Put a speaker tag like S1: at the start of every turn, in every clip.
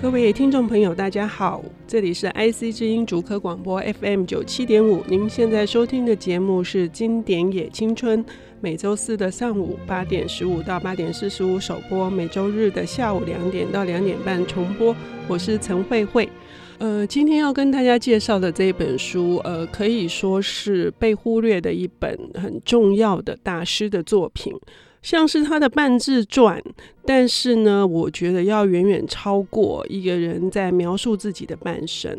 S1: 各位听众朋友，大家好，这里是 IC 之音竹科广播 FM 九七点五，您现在收听的节目是《经典也青春》，每周四的上午八点十五到八点四十五首播，每周日的下午两点到两点半重播。我是陈慧慧。呃，今天要跟大家介绍的这一本书，呃，可以说是被忽略的一本很重要的大师的作品，像是他的半自传。但是呢，我觉得要远远超过一个人在描述自己的半生。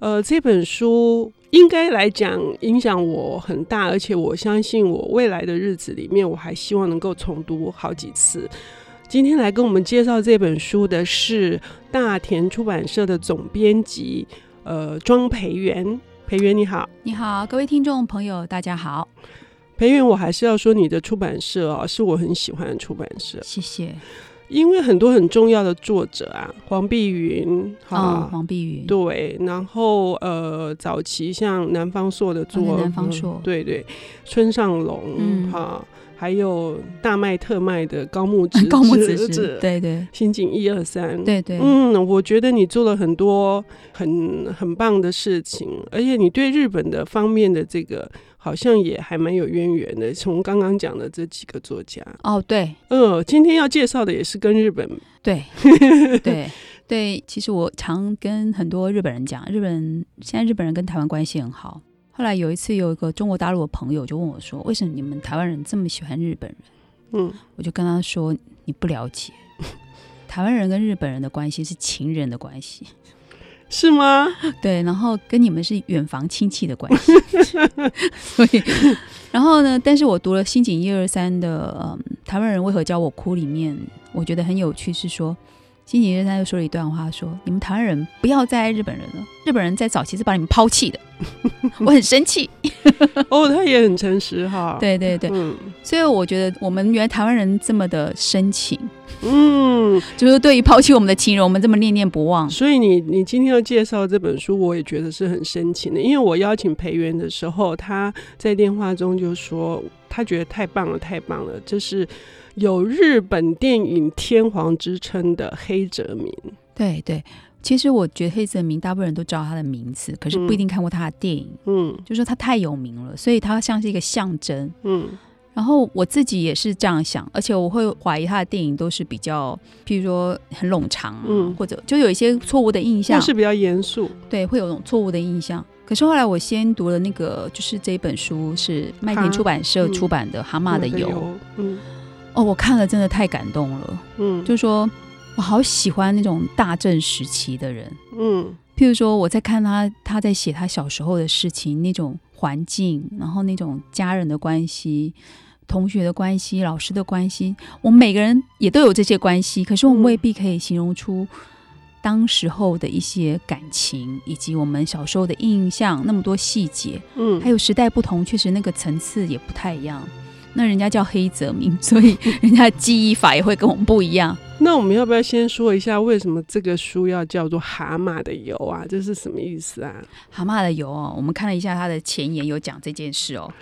S1: 呃，这本书应该来讲影响我很大，而且我相信我未来的日子里面，我还希望能够重读好几次。今天来跟我们介绍这本书的是大田出版社的总编辑，呃，庄培元。培元你好，
S2: 你好，各位听众朋友，大家好，
S1: 培元，我还是要说你的出版社啊、是我很喜欢的出版社，
S2: 谢谢。
S1: 因为很多很重要的作者啊，黄碧云
S2: 哦
S1: 啊，，
S2: 黄碧云，
S1: 对，然后呃，早期像南方朔的作，
S2: 哦南方朔
S1: 嗯对对，村上隆，
S2: 嗯
S1: 哈、还有大卖特卖的高木直
S2: 高木子
S1: 子
S2: 是，对对
S1: 新井一二三，
S2: 对对，
S1: 嗯，我觉得你做了很多很很棒的事情，而且你对日本的方面的这个好像也还蛮有渊源的。从刚刚讲的这几个作家，
S2: 哦对
S1: 呃，今天要介绍的也是跟日本，
S2: 对对对，其实我常跟很多日本人讲，日本人现在日本人跟台湾关系很好。后来有一次有一个中国大陆的朋友就问我说，为什么你们台湾人这么喜欢日本人？
S1: 嗯，
S2: 我就跟他说，你不了解。台湾人跟日本人的关系是情人的关系，
S1: 是吗？
S2: 对，然后跟你们是远房亲戚的关系， 所以，然后呢？但是我读了《新井一二三》的，嗯，台湾人为何教我哭里面，我觉得很有趣，是说新井一二三又说了一段话说你们台湾人不要再爱日本人了，日本人在早期是把你们抛弃的， 我很生气。
S1: 哦，他也很诚实哈。，
S2: 对对对，
S1: 嗯
S2: 所以我觉得我们原来台湾人这么的深情，
S1: 嗯，
S2: 就是对于抛弃我们的情人，我们这么念念不忘。
S1: 所以你你今天要介绍这本书，我也觉得是很深情的，因为我邀请裴元的时候，他在电话中就说他觉得太棒了，太棒了，这是有日本电影天皇之称的黑泽明。
S2: 对对，其实我觉得黑泽明大部分人都知道他的名字，可是不一定看过他的电影。
S1: 嗯
S2: 就说他太有名了，所以他像是一个象征。
S1: 嗯
S2: 然后我自己也是这样想，而且我会怀疑他的电影都是比较，譬如说很冗长啊，
S1: 嗯
S2: 或者就有一些错误的印
S1: 或
S2: 象，
S1: 是比较严肃，
S2: 对，会有种错误的印象。可是后来我先读了那个，就是这一本书是麦
S1: 蛤
S2: 田出版社
S1: 嗯
S2: 出版的《蛤蟆的油》
S1: 油，嗯
S2: 哦，我看了真的太感动了，
S1: 嗯，
S2: 就是说我好喜欢那种大正时期的人，
S1: 嗯
S2: 譬如说，我在看他他在写他小时候的事情，那种环境，然后那种家人的关系、同学的关系、老师的关系，我们每个人也都有这些关系，可是我
S1: 嗯
S2: 们未必可以形容出当时候的一些感情，以及我们小时候的印象那么多细节，
S1: 嗯，
S2: 还有时代不同，确实那个层次也不太一样。那人家叫黑泽明，所以人家的记忆法也会跟我们不一样。
S1: 那我们要不要先说一下为什么这个书要叫做《蛤蟆的油》啊？这是什么意思啊？
S2: 蛤蟆的油哦，我们看了一下他的前言，有讲这件事哦。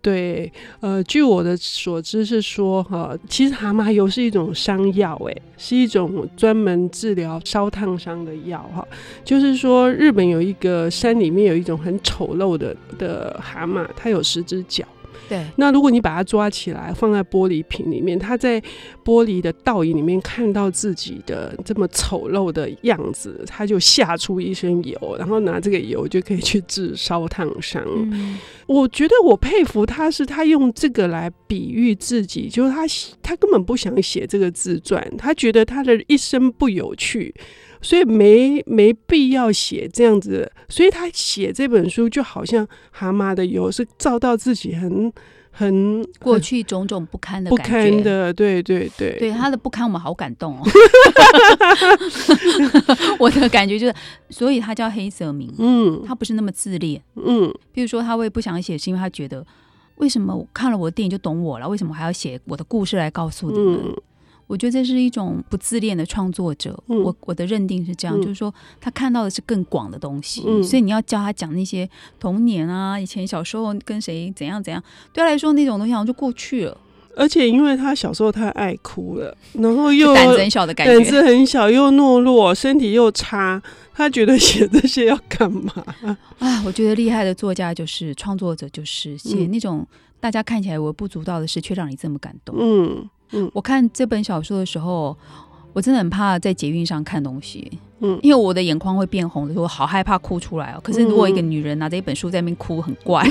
S1: 对，呃，据我的所知是说，哈、其实蛤蟆油是一种伤药，哎，是一种专门治疗烧烫伤的药，哈、就是说，日本有一个山里面有一种很丑陋的的蛤蟆，它有十只脚。
S2: 对，
S1: 那如果你把它抓起来，放在玻璃瓶里面，它在玻璃的倒影里面看到自己的这么丑陋的样子，它就吓出一身油，然后拿这个油就可以去治烧烫伤。
S2: 嗯，
S1: 我觉得我佩服他是他用这个来比喻自己，就是他写他根本不想写这个自传，他觉得他的一生不有趣，所以没没必要写这样子，所以他写这本书就好像蛤蟆的油是照到自己很很
S2: 过去种种不堪的
S1: 不
S2: 感觉
S1: 堪的，对对对，
S2: 对他的不堪，我们好 感动哦。 我的感觉就是，所以他叫黑泽明，
S1: 嗯
S2: 他不是那么自恋。
S1: 嗯
S2: 比如说，他会不想写，是因为他觉得，为什么我看了我的电影就懂我了？为什么我还要写我的故事来告诉你们？
S1: 嗯
S2: 我觉得这是一种不自恋的创作者。
S1: 嗯
S2: 我我的认定是这样，
S1: 嗯
S2: 就是说他看到的是更广的东西，
S1: 嗯
S2: 所以你要教他讲那些童年啊，以前小时候跟谁怎样怎样，对他来说那种东西好像就过去了。
S1: 而且因为他小时候太爱哭了，然后又
S2: 胆子很小的感
S1: 胆
S2: 觉。
S1: 子很小，又懦弱，身体又差，他觉得写这些要干嘛？
S2: 啊，我觉得厉害的作家就是创作者，就是写
S1: 嗯
S2: 那种大家看起来微不足道的事，却让你这么感动。
S1: 嗯嗯
S2: 我看这本小说的时候，我真的很怕在捷运上看东西，
S1: 嗯
S2: 因为我的眼眶会变红的，我好害怕哭出来哦。可是如果一个
S1: 嗯
S2: 女人拿着一本书在那边哭，很 怪，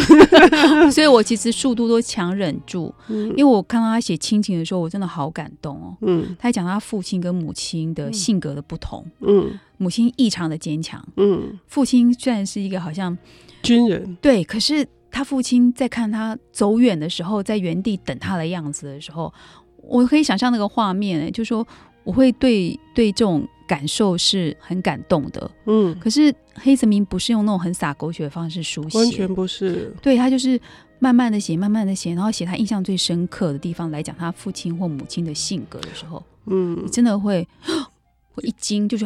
S2: 所以我其实速度都强忍住。
S1: 嗯
S2: 因为我看到他写亲情的时候，我真的好感动哦。
S1: 嗯
S2: 他还讲他父亲跟母亲的性格的不同，
S1: 嗯
S2: 母亲异常的坚强，
S1: 嗯，
S2: 父亲虽然是一个好像
S1: 军人，
S2: 对，可是他父亲在看他走远的时候，在原地等他的样子的时候，我可以想象那个画面、哎，就说我会对对这种感受是很感动的。
S1: 嗯，
S2: 可是黑泽明不是用那种很洒狗血的方式书
S1: 完
S2: 写，
S1: 全不是，
S2: 对他就是慢慢的写，慢慢的写，然后写他印象最深刻的地方来讲他父亲或母亲的性格的时候，
S1: 嗯
S2: 你，真的会 会一惊，就是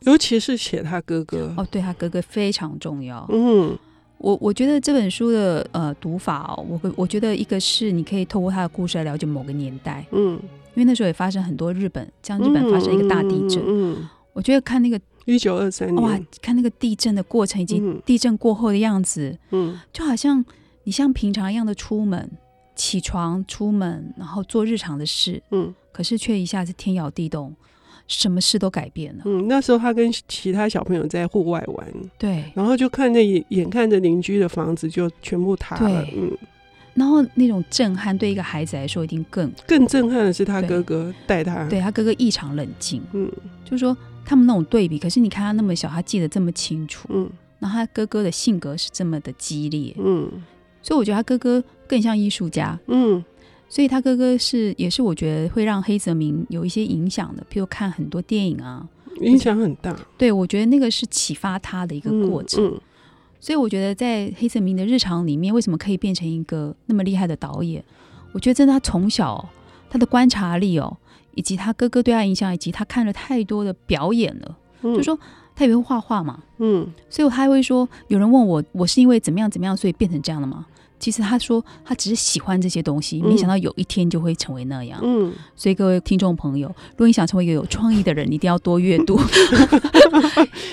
S1: 尤其是写他哥哥，
S2: 哦，对他哥哥非常重要。
S1: 嗯
S2: 我我觉得这本书的呃读法、哦，我会我觉得一个是你可以透过他的故事来了解某个年代，
S1: 嗯，
S2: 因为那时候也发生很多日本，像日本发生一个大地震，
S1: 嗯，
S2: 我觉得看那个
S1: 一九二三
S2: 哇
S1: 年，，
S2: 看那个地震的过程以及
S1: 嗯
S2: 地震过后的样子，
S1: 嗯
S2: 就好像你像平常一样的出门、起床、出门，然后做日常的事，
S1: 嗯
S2: 可是却一下子天摇地动，什么事都改变了。
S1: 嗯，那时候他跟其他小朋友在户外玩，
S2: 对，
S1: 然后就看着眼眼看着邻居的房子就全部塌了，
S2: 对
S1: 嗯，
S2: 然后那种震撼对一个孩子来说一定更
S1: 更震撼的是他
S2: 对
S1: 哥哥带他，
S2: 对他哥哥异常冷静。
S1: 嗯
S2: 就是说他们那种对比，可是你看他那么小，他记得这么清楚，
S1: 嗯
S2: 然后他哥哥的性格是这么的激烈，
S1: 嗯
S2: 所以我觉得他哥哥更像艺术家，
S1: 嗯
S2: 所以他哥哥是也是我觉得会让黑泽明有一些影响的，譬如看很多电影啊，
S1: 影响很大，
S2: 对我觉得那个是启发他的一个
S1: 嗯
S2: 过程，
S1: 嗯
S2: 所以我觉得在黑泽明的日常里面，为什么可以变成一个那么厉害的导演？我觉得真的他从小哦他的观察力哦，以及他哥哥对他影响，以及他看了太多的表演了，
S1: 嗯
S2: 就说他也会画画嘛，
S1: 嗯
S2: 所以他还会说，有人问我，我是因为怎么样怎么样，所以变成这样的吗？其实他说他只是喜欢这些东西，
S1: 嗯
S2: 没想到有一天就会成为那样。
S1: 嗯，
S2: 所以各位听众朋友，如果你想成为一个有创意的人，你一定要多阅读，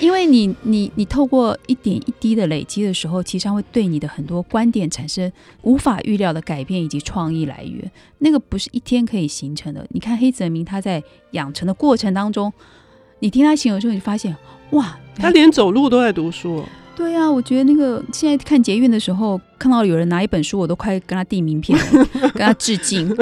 S2: 因为你你你透过一点一滴的累积的时候，其实上会对你的很多观点产生无法预料的改变以及创意来源。那个不是一天可以形成的。你看黑泽明他在养成的过程当中，你听他形容的时候，你就发现哇，
S1: 他连走路都在读书哦，
S2: 对啊，我觉得那个现在看捷运的时候，看到有人拿一本书，我都快跟他递名 片了，跟他致敬。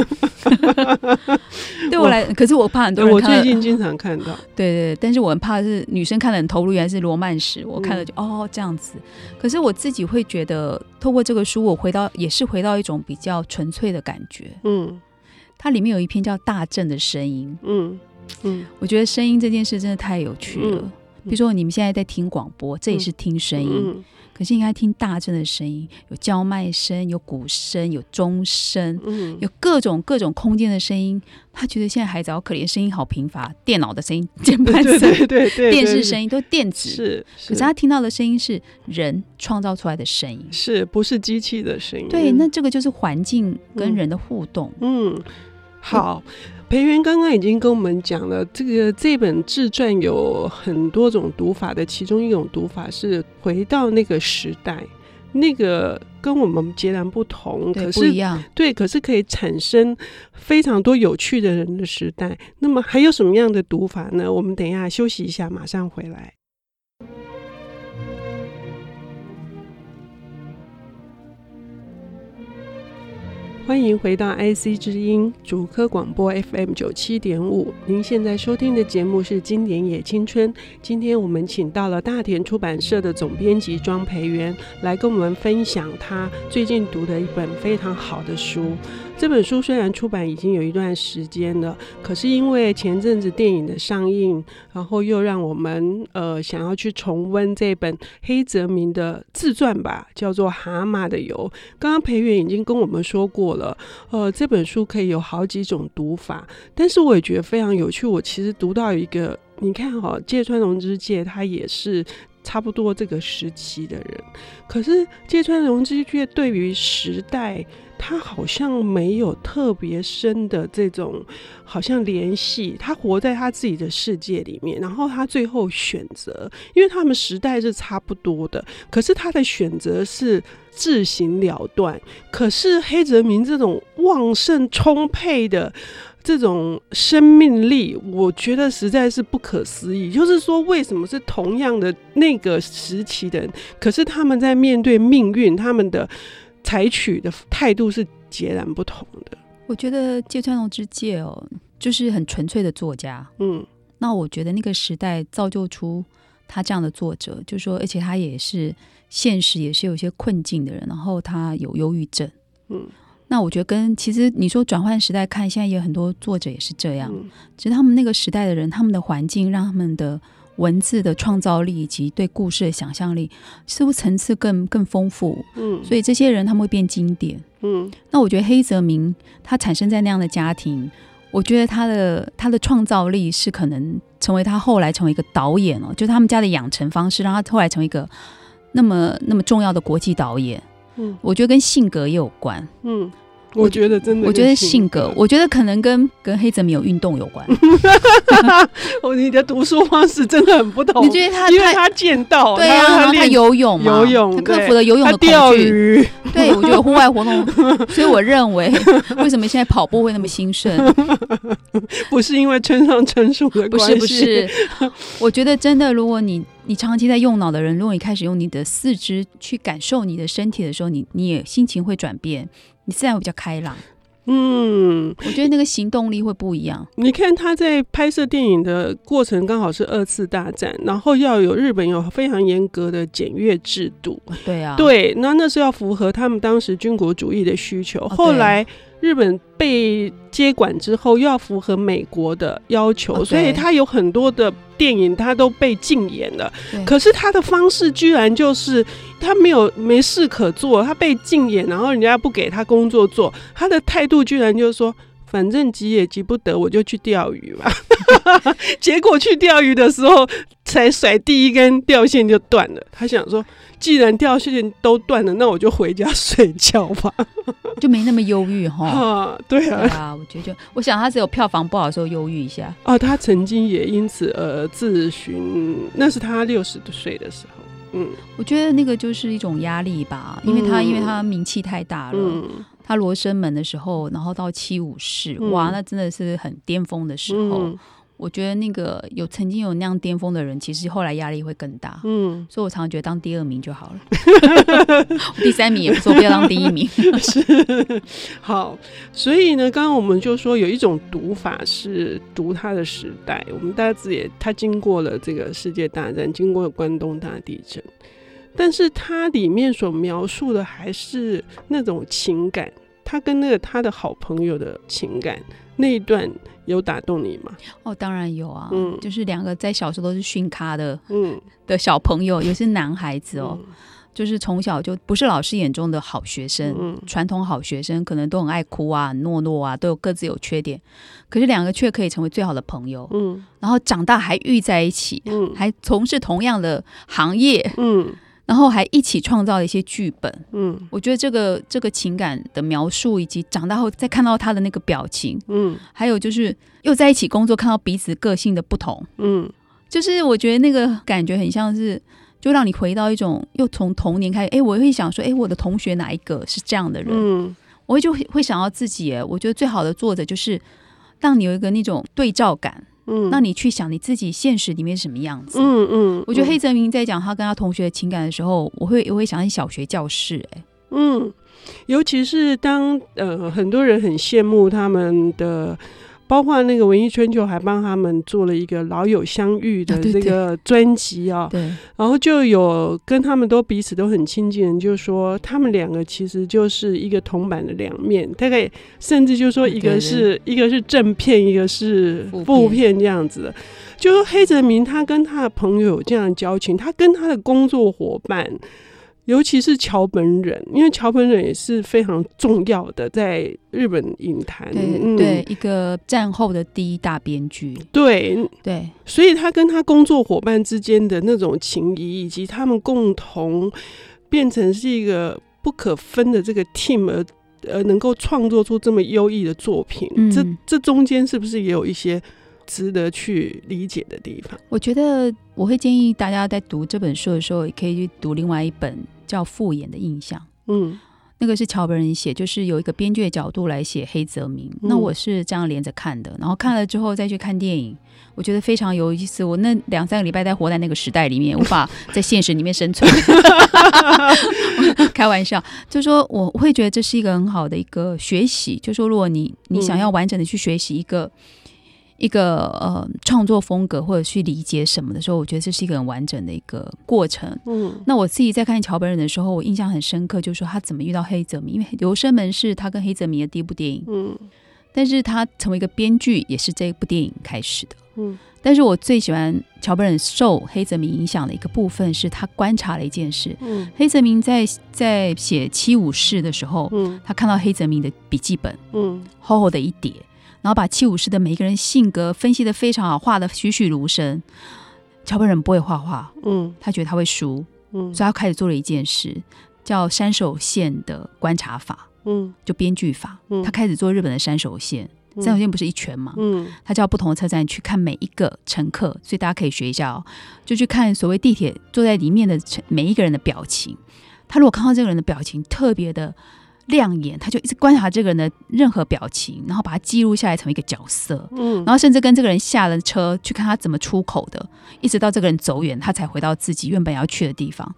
S2: 对我来，可是我怕很多
S1: 对
S2: 人
S1: 我
S2: 看到，
S1: 最
S2: 对
S1: 近经常看到，
S2: 对对，但是我很怕是女生看得很投入，原来是罗曼史，我看了就、
S1: 嗯
S2: 哦这样子。可是我自己会觉得，透过这个书，我回到也是回到一种比较纯粹的感觉。
S1: 嗯
S2: 它里面有一篇叫《大正的声音
S1: 嗯嗯》，
S2: 我觉得声音这件事真的太有趣了。
S1: 嗯
S2: 比如说你们现在在听广播，这也是听声音。
S1: 嗯
S2: 可是应该听大正的声音，有叫卖声，有鼓声，有钟声，
S1: 嗯，
S2: 有各种各种空间的声音。他觉得现在孩子好可怜，声音好贫乏，电脑的声音、键盘
S1: 对对对
S2: 声、
S1: 对对，
S2: 电视声
S1: 音
S2: 音都是电子。
S1: 是，
S2: 可是他听到的声音是人创造出来的声音。
S1: 是不是机器的声音？
S2: 对，那这个就是环境跟
S1: 嗯
S2: 人的互动。
S1: 嗯，好。裴元刚刚已经跟我们讲了，这个这本自传有很多种读法的，其中一种读法是回到那个时代，那个跟我们截然不同，嗯
S2: 对，
S1: 可
S2: 不一
S1: 是
S2: 样。
S1: 对，可是可以产生非常多有趣的人的时代。那么还有什么样的读法呢？我们等一下休息一下，马上回来。欢迎回到 IC 之音主科广播 FM 九七点五，您现在收听的节目是《经典也青春》。今天我们请到了大田出版社的总编辑庄培元来跟我们分享他最近读的一本非常好的书。这本书虽然出版已经有一段时间了，可是因为前阵子电影的上映，然后又让我们呃想要去重温这本黑泽明的自传吧，叫做《蛤蟆的油》。刚刚裴元已经跟我们说过了，呃，这本书可以有好几种读法，但是我也觉得非常有趣。我其实读到一个，你看哈、芥川龙之介他也是差不多这个时期的人，可是芥川龙之介对于时代，他呃好像没有特别深的这种好像联系，他活在他自己的世界里面，然后他最后选择，因为他们时代是差不多的，可是他的选择是自行了断。可是黑泽明这种旺盛充沛的。这种生命力，我觉得实在是不可思议。就是说，为什么是同样的那个时期的人，可是他们在面对命运，他们的采取的态度是截然不同的。
S2: 我觉得芥川龙之介哦，就是很纯粹的作家。
S1: 嗯，
S2: 那我觉得那个时代造就出他这样的作者，就是说，而且他也是现实也是有一些困境的人，然后他有忧郁症。
S1: 嗯
S2: 那我觉得跟其实你说转换时代看，现在也有很多作者也是这样，
S1: 嗯
S2: 只是他们那个时代的人，他们的环境让他们的文字的创造力以及对故事的想象力，似乎层次更更丰富，
S1: 嗯，
S2: 所以这些人他们会变经典。
S1: 嗯
S2: 那我觉得黑泽明他产生在那样的家庭，我觉得他的他的创造力是可能成为他后来成为一个导演哦，就是他们家的养成方式，让他后来成为一个那么那么重要的国际导演。
S1: 嗯
S2: 我觉得跟性格也有关，
S1: 嗯，我觉得真的，
S2: 我觉得性格，我觉得可能跟跟黑泽明有运动有关。
S1: 我哦你的读书方式真的很不同
S2: 你。觉得 他
S1: 因为
S2: 太
S1: 他见到，
S2: 对啊，然
S1: 他
S2: 后他
S1: 练，
S2: 游泳嘛，
S1: 游泳
S2: 他克
S1: 对
S2: 服了游泳
S1: 他
S2: 的恐
S1: 钓
S2: 惧。
S1: 鱼，
S2: 对，我觉得户外 活动，所以我认为 为什么现在跑步会那么兴盛，
S1: 不是因为村上春树的
S2: 不
S1: 关
S2: 是
S1: 系，
S2: 不是， 我觉得真的，如果你你长期在用脑的人，如果你开始用你的四肢去感受你的身体的时候，你你也心情会转变，你自然会比较开朗。
S1: 嗯，
S2: 我觉得那个行动力会不一样。
S1: 你看他在拍摄电影的过程刚好是二次大战，然后要有日本有非常严格的检阅制度，
S2: 对啊，，
S1: 对，那那是要符合他们当时军国主义的需求。
S2: 哦对
S1: 后来日本被接管之后，又要符合美国的要求，
S2: 哦
S1: 所以
S2: 对
S1: 他有很多的电影他都被禁演了。
S2: 对
S1: 可是他的方式居然就是他没有没事可做，他被禁演，然后人家不给他工作做，他的态度居然就是说。反正急也急不得，我就去钓鱼 吧。结果去钓鱼的时候，才甩第一根钓线就断了。他想说，既然钓线都断了，那我就回家睡觉吧。
S2: 就没那么忧郁哈。
S1: 啊， 对
S2: 对
S1: 啊，
S2: 啊，我觉得就我想他只有票房不好的时候忧郁一下。
S1: 哦，他曾经也因此而自寻，那是他六十岁的时候。嗯
S2: 我觉得那个就是一种压力吧，因为他、
S1: 嗯
S2: 因为他名气太大了，
S1: 嗯
S2: 他罗生门的时候，然后到七武士，
S1: 嗯
S2: 哇，那真的是很巅峰的时候。
S1: 嗯
S2: 我觉得那个有曾经有那样巅峰的人，其实后来压力会更大。
S1: 嗯，
S2: 所以我常常觉得当第二名就好 了，我第三名也不错，不要当第一名。
S1: 嗯是好，所以呢，刚刚我们就说有一种读法是读他的时代，我们大致也他经过了这个世界大战，经过了关东大地震，但是它里面所描述的还是那种情感，他跟那个他的好朋友的情感那一段有打动你吗？
S2: 哦，当然有啊，
S1: 嗯
S2: 就是两个在小时候都是训咖的
S1: 嗯，
S2: 的小朋友，也是男孩子哦，
S1: 嗯
S2: 就是从小就不是老师眼中的好学生，
S1: 嗯
S2: 传统好学生可能都很爱哭啊、很懦弱啊，都有各自有缺点，可是两个却可以成为最好的朋友，
S1: 嗯
S2: 然后长大还遇在一起，
S1: 嗯
S2: 还从事同样的行业，
S1: 嗯
S2: 然后还一起创造一些剧本。
S1: 嗯
S2: 我觉得这个这个情感的描述，以及长大后再看到他的那个表情，
S1: 嗯
S2: 还有就是又在一起工作，看到彼此个性的不同，
S1: 嗯
S2: 就是我觉得那个感觉很像是。就让你回到一种又从童年开始，哎，我会想说，哎，我的同学哪一个是这样的人？
S1: 嗯
S2: 我就会会想到自己耶。我觉得最好的作者就是让你有一个那种对照感，
S1: 嗯，
S2: 让你去想你自己现实里面是什么样子。
S1: 嗯嗯，
S2: 我觉得
S1: 嗯
S2: 黑泽明在讲他跟他同学的情感的时候，我会我会想起小学教室、哎，
S1: 嗯，尤其是当呃很多人很羡慕他们的，包括那个文艺春秋还帮他们做了一个老友相遇的
S2: 啊对
S1: 这
S2: 对
S1: 个专辑啊，
S2: 对，
S1: 然后就有跟他们都彼此都很亲近的人就说，他们两个其实就是一个铜板的两面，大概甚至就说一
S2: 哦对
S1: 个
S2: 对
S1: 是一个是正片，一个是
S2: 负
S1: 负
S2: 片
S1: 片这样子的。就说黑泽明他跟他的朋友有这样的交情，他跟他的工作伙伴。尤其是桥本忍，因为桥本忍也是非常重要的在日本影坛，
S2: 对、
S1: 嗯
S2: 对，一个战后的第一大编剧，
S1: 对，
S2: 对
S1: 所以他跟他工作伙伴之间的那种情谊，以及他们共同变成是一个不可分的这个 team 而。呃，能够创作出这么优异的作品，
S2: 嗯
S1: 这这中间是不是也有一些值得去理解的地方？
S2: 我觉得我会建议大家在读这本书的时候，也可以去读另外一本叫《复眼的印象》。
S1: 嗯
S2: 那个是桥本人写，就是有一个编剧的角度来写黑泽明。
S1: 嗯
S2: 那我是这样连着看的，然后看了之后再去看电影，我觉得非常有意思。我那两三个礼拜在活在那个时代里面，无法在现实里面生存。 开玩笑，就说我会觉得这是一个很好的一个学习。就说如果你你想要完整的去学习一个。一个呃创作风格或者去理解什么的时候，我觉得这是一个很完整的一个过程。
S1: 嗯
S2: 那我自己在看桥本忍的时候，我印象很深刻，就是说他怎么遇到黑泽明，因为《留声门》是他跟黑泽明的第一部电影，
S1: 嗯
S2: 但是他成为一个编剧也是这部电影开始的。
S1: 嗯
S2: 但是我最喜欢桥本忍受黑泽明影响的一个部分是他观察了一件事，
S1: 嗯
S2: 黑泽明在在写《七武士》的时候，
S1: 嗯
S2: 他看到黑泽明的笔记本
S1: 嗯
S2: 厚厚的一叠，然后把七武士的每一个人性格分析的非常好，画的栩栩如生。桥本忍不会画画，
S1: 嗯
S2: 他觉得他会输，
S1: 嗯
S2: 所以他开始做了一件事，叫山手线的观察法，
S1: 嗯
S2: 就编剧法。
S1: 嗯
S2: 他开始做日本的山手线，
S1: 嗯
S2: 山手线不是一圈嘛？
S1: 嗯
S2: 他叫不同的车站去看每一个乘客，所以大家可以学一下哦，就去看所谓地铁坐在里面的乘每一个人的表情。他如果看到这个人的表情特别的亮眼，他就一直观察这个人的任何表情，然后把它记录下来成为一个角色。
S1: 嗯，
S2: 然后甚至跟这个人下了车去看他怎么出口的，一直到这个人走远，他才回到自己原本要去的地方。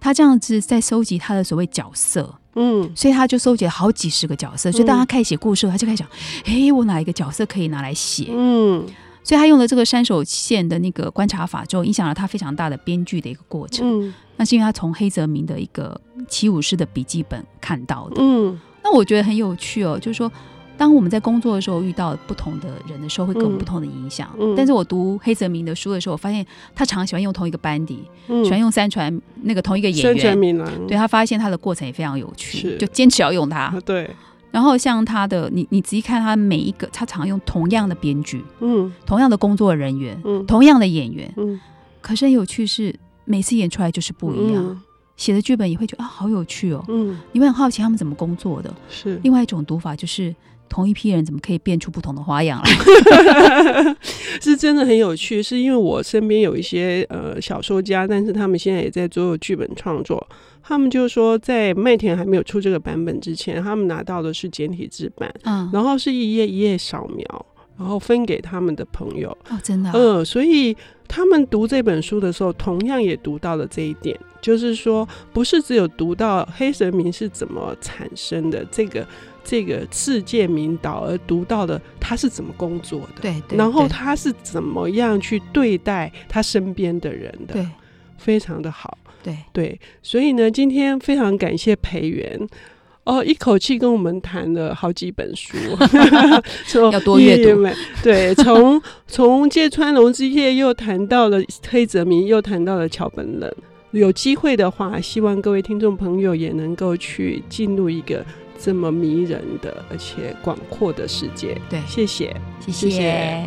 S2: 他这样子在收集他的所谓角色，
S1: 嗯
S2: 所以他就收集了好几十个角色。所以当他开始写故事，他就开始想：诶，我哪一个角色可以拿来写？
S1: 嗯
S2: 所以他用了这个山手线的那个观察法之后，影响了他非常大的编剧的一个过程。
S1: 嗯
S2: 那是因为他从黑泽明的一个七武士的笔记本看到的。
S1: 嗯
S2: 那我觉得很有趣哦，就是说，当我们在工作的时候遇到不同的人的时候，会给我
S1: 嗯
S2: 们不同的影响。
S1: 嗯
S2: 但是我读黑泽明的书的时候，我发现他常喜欢用同一个班底，
S1: 嗯，
S2: 喜欢用三传那个同一个演
S1: 宣传
S2: 员。
S1: 闽南
S2: 对他啊发现他的过程也非常有趣，
S1: 是
S2: 就坚持要用他
S1: 啊。对，
S2: 然后像他的，你你仔细看他每一个，他常用同样的编剧、
S1: 嗯
S2: 同样的工作人员、
S1: 嗯
S2: 同样的演员，
S1: 嗯
S2: 可是很有趣是每次演出来就是不一样，，写的剧本也会觉得啊好有趣哦，
S1: 嗯
S2: 你会很好奇他们怎么工作的。
S1: 是。
S2: 另外一种读法就是，同一批人怎么可以变出不同的花样来？
S1: 是真的很有趣，是因为我身边有一些呃小说家，但是他们现在也在做剧本创作。他们就说，在麦田还没有出这个版本之前，他们拿到的是简体字版，
S2: 嗯，
S1: 然后是一页一页扫描，然后分给他们的朋友。
S2: 哦，真的啊、
S1: 嗯、所以他们读这本书的时候，同样也读到了这一点，就是说，不是只有读到黑神明是怎么产生的这个这个世界名导，而读到了他是怎么工作的。
S2: 对对，
S1: 然后
S2: 对
S1: 他是怎么样去对待他身边的人的，
S2: 对
S1: 非常的好。
S2: 对，
S1: 对，所以呢，今天非常感谢裴元。哦，一口气跟我们谈了好几本 书，从
S2: 要多阅读
S1: 夜美对， 从从芥川龙之介又谈到了黑泽明，又谈到了桥本冷。有机会的话，希望各位听众朋友也能够去进入一个这么迷人的而且广阔的世界。
S2: 对
S1: 谢谢。
S2: 谢
S1: 谢
S2: 谢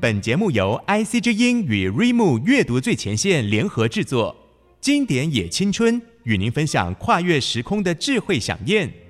S3: 本节目由 IC 之音与 Reimu 阅读最前线联合制作，经典也青春与您分享跨越时空的智慧飨宴。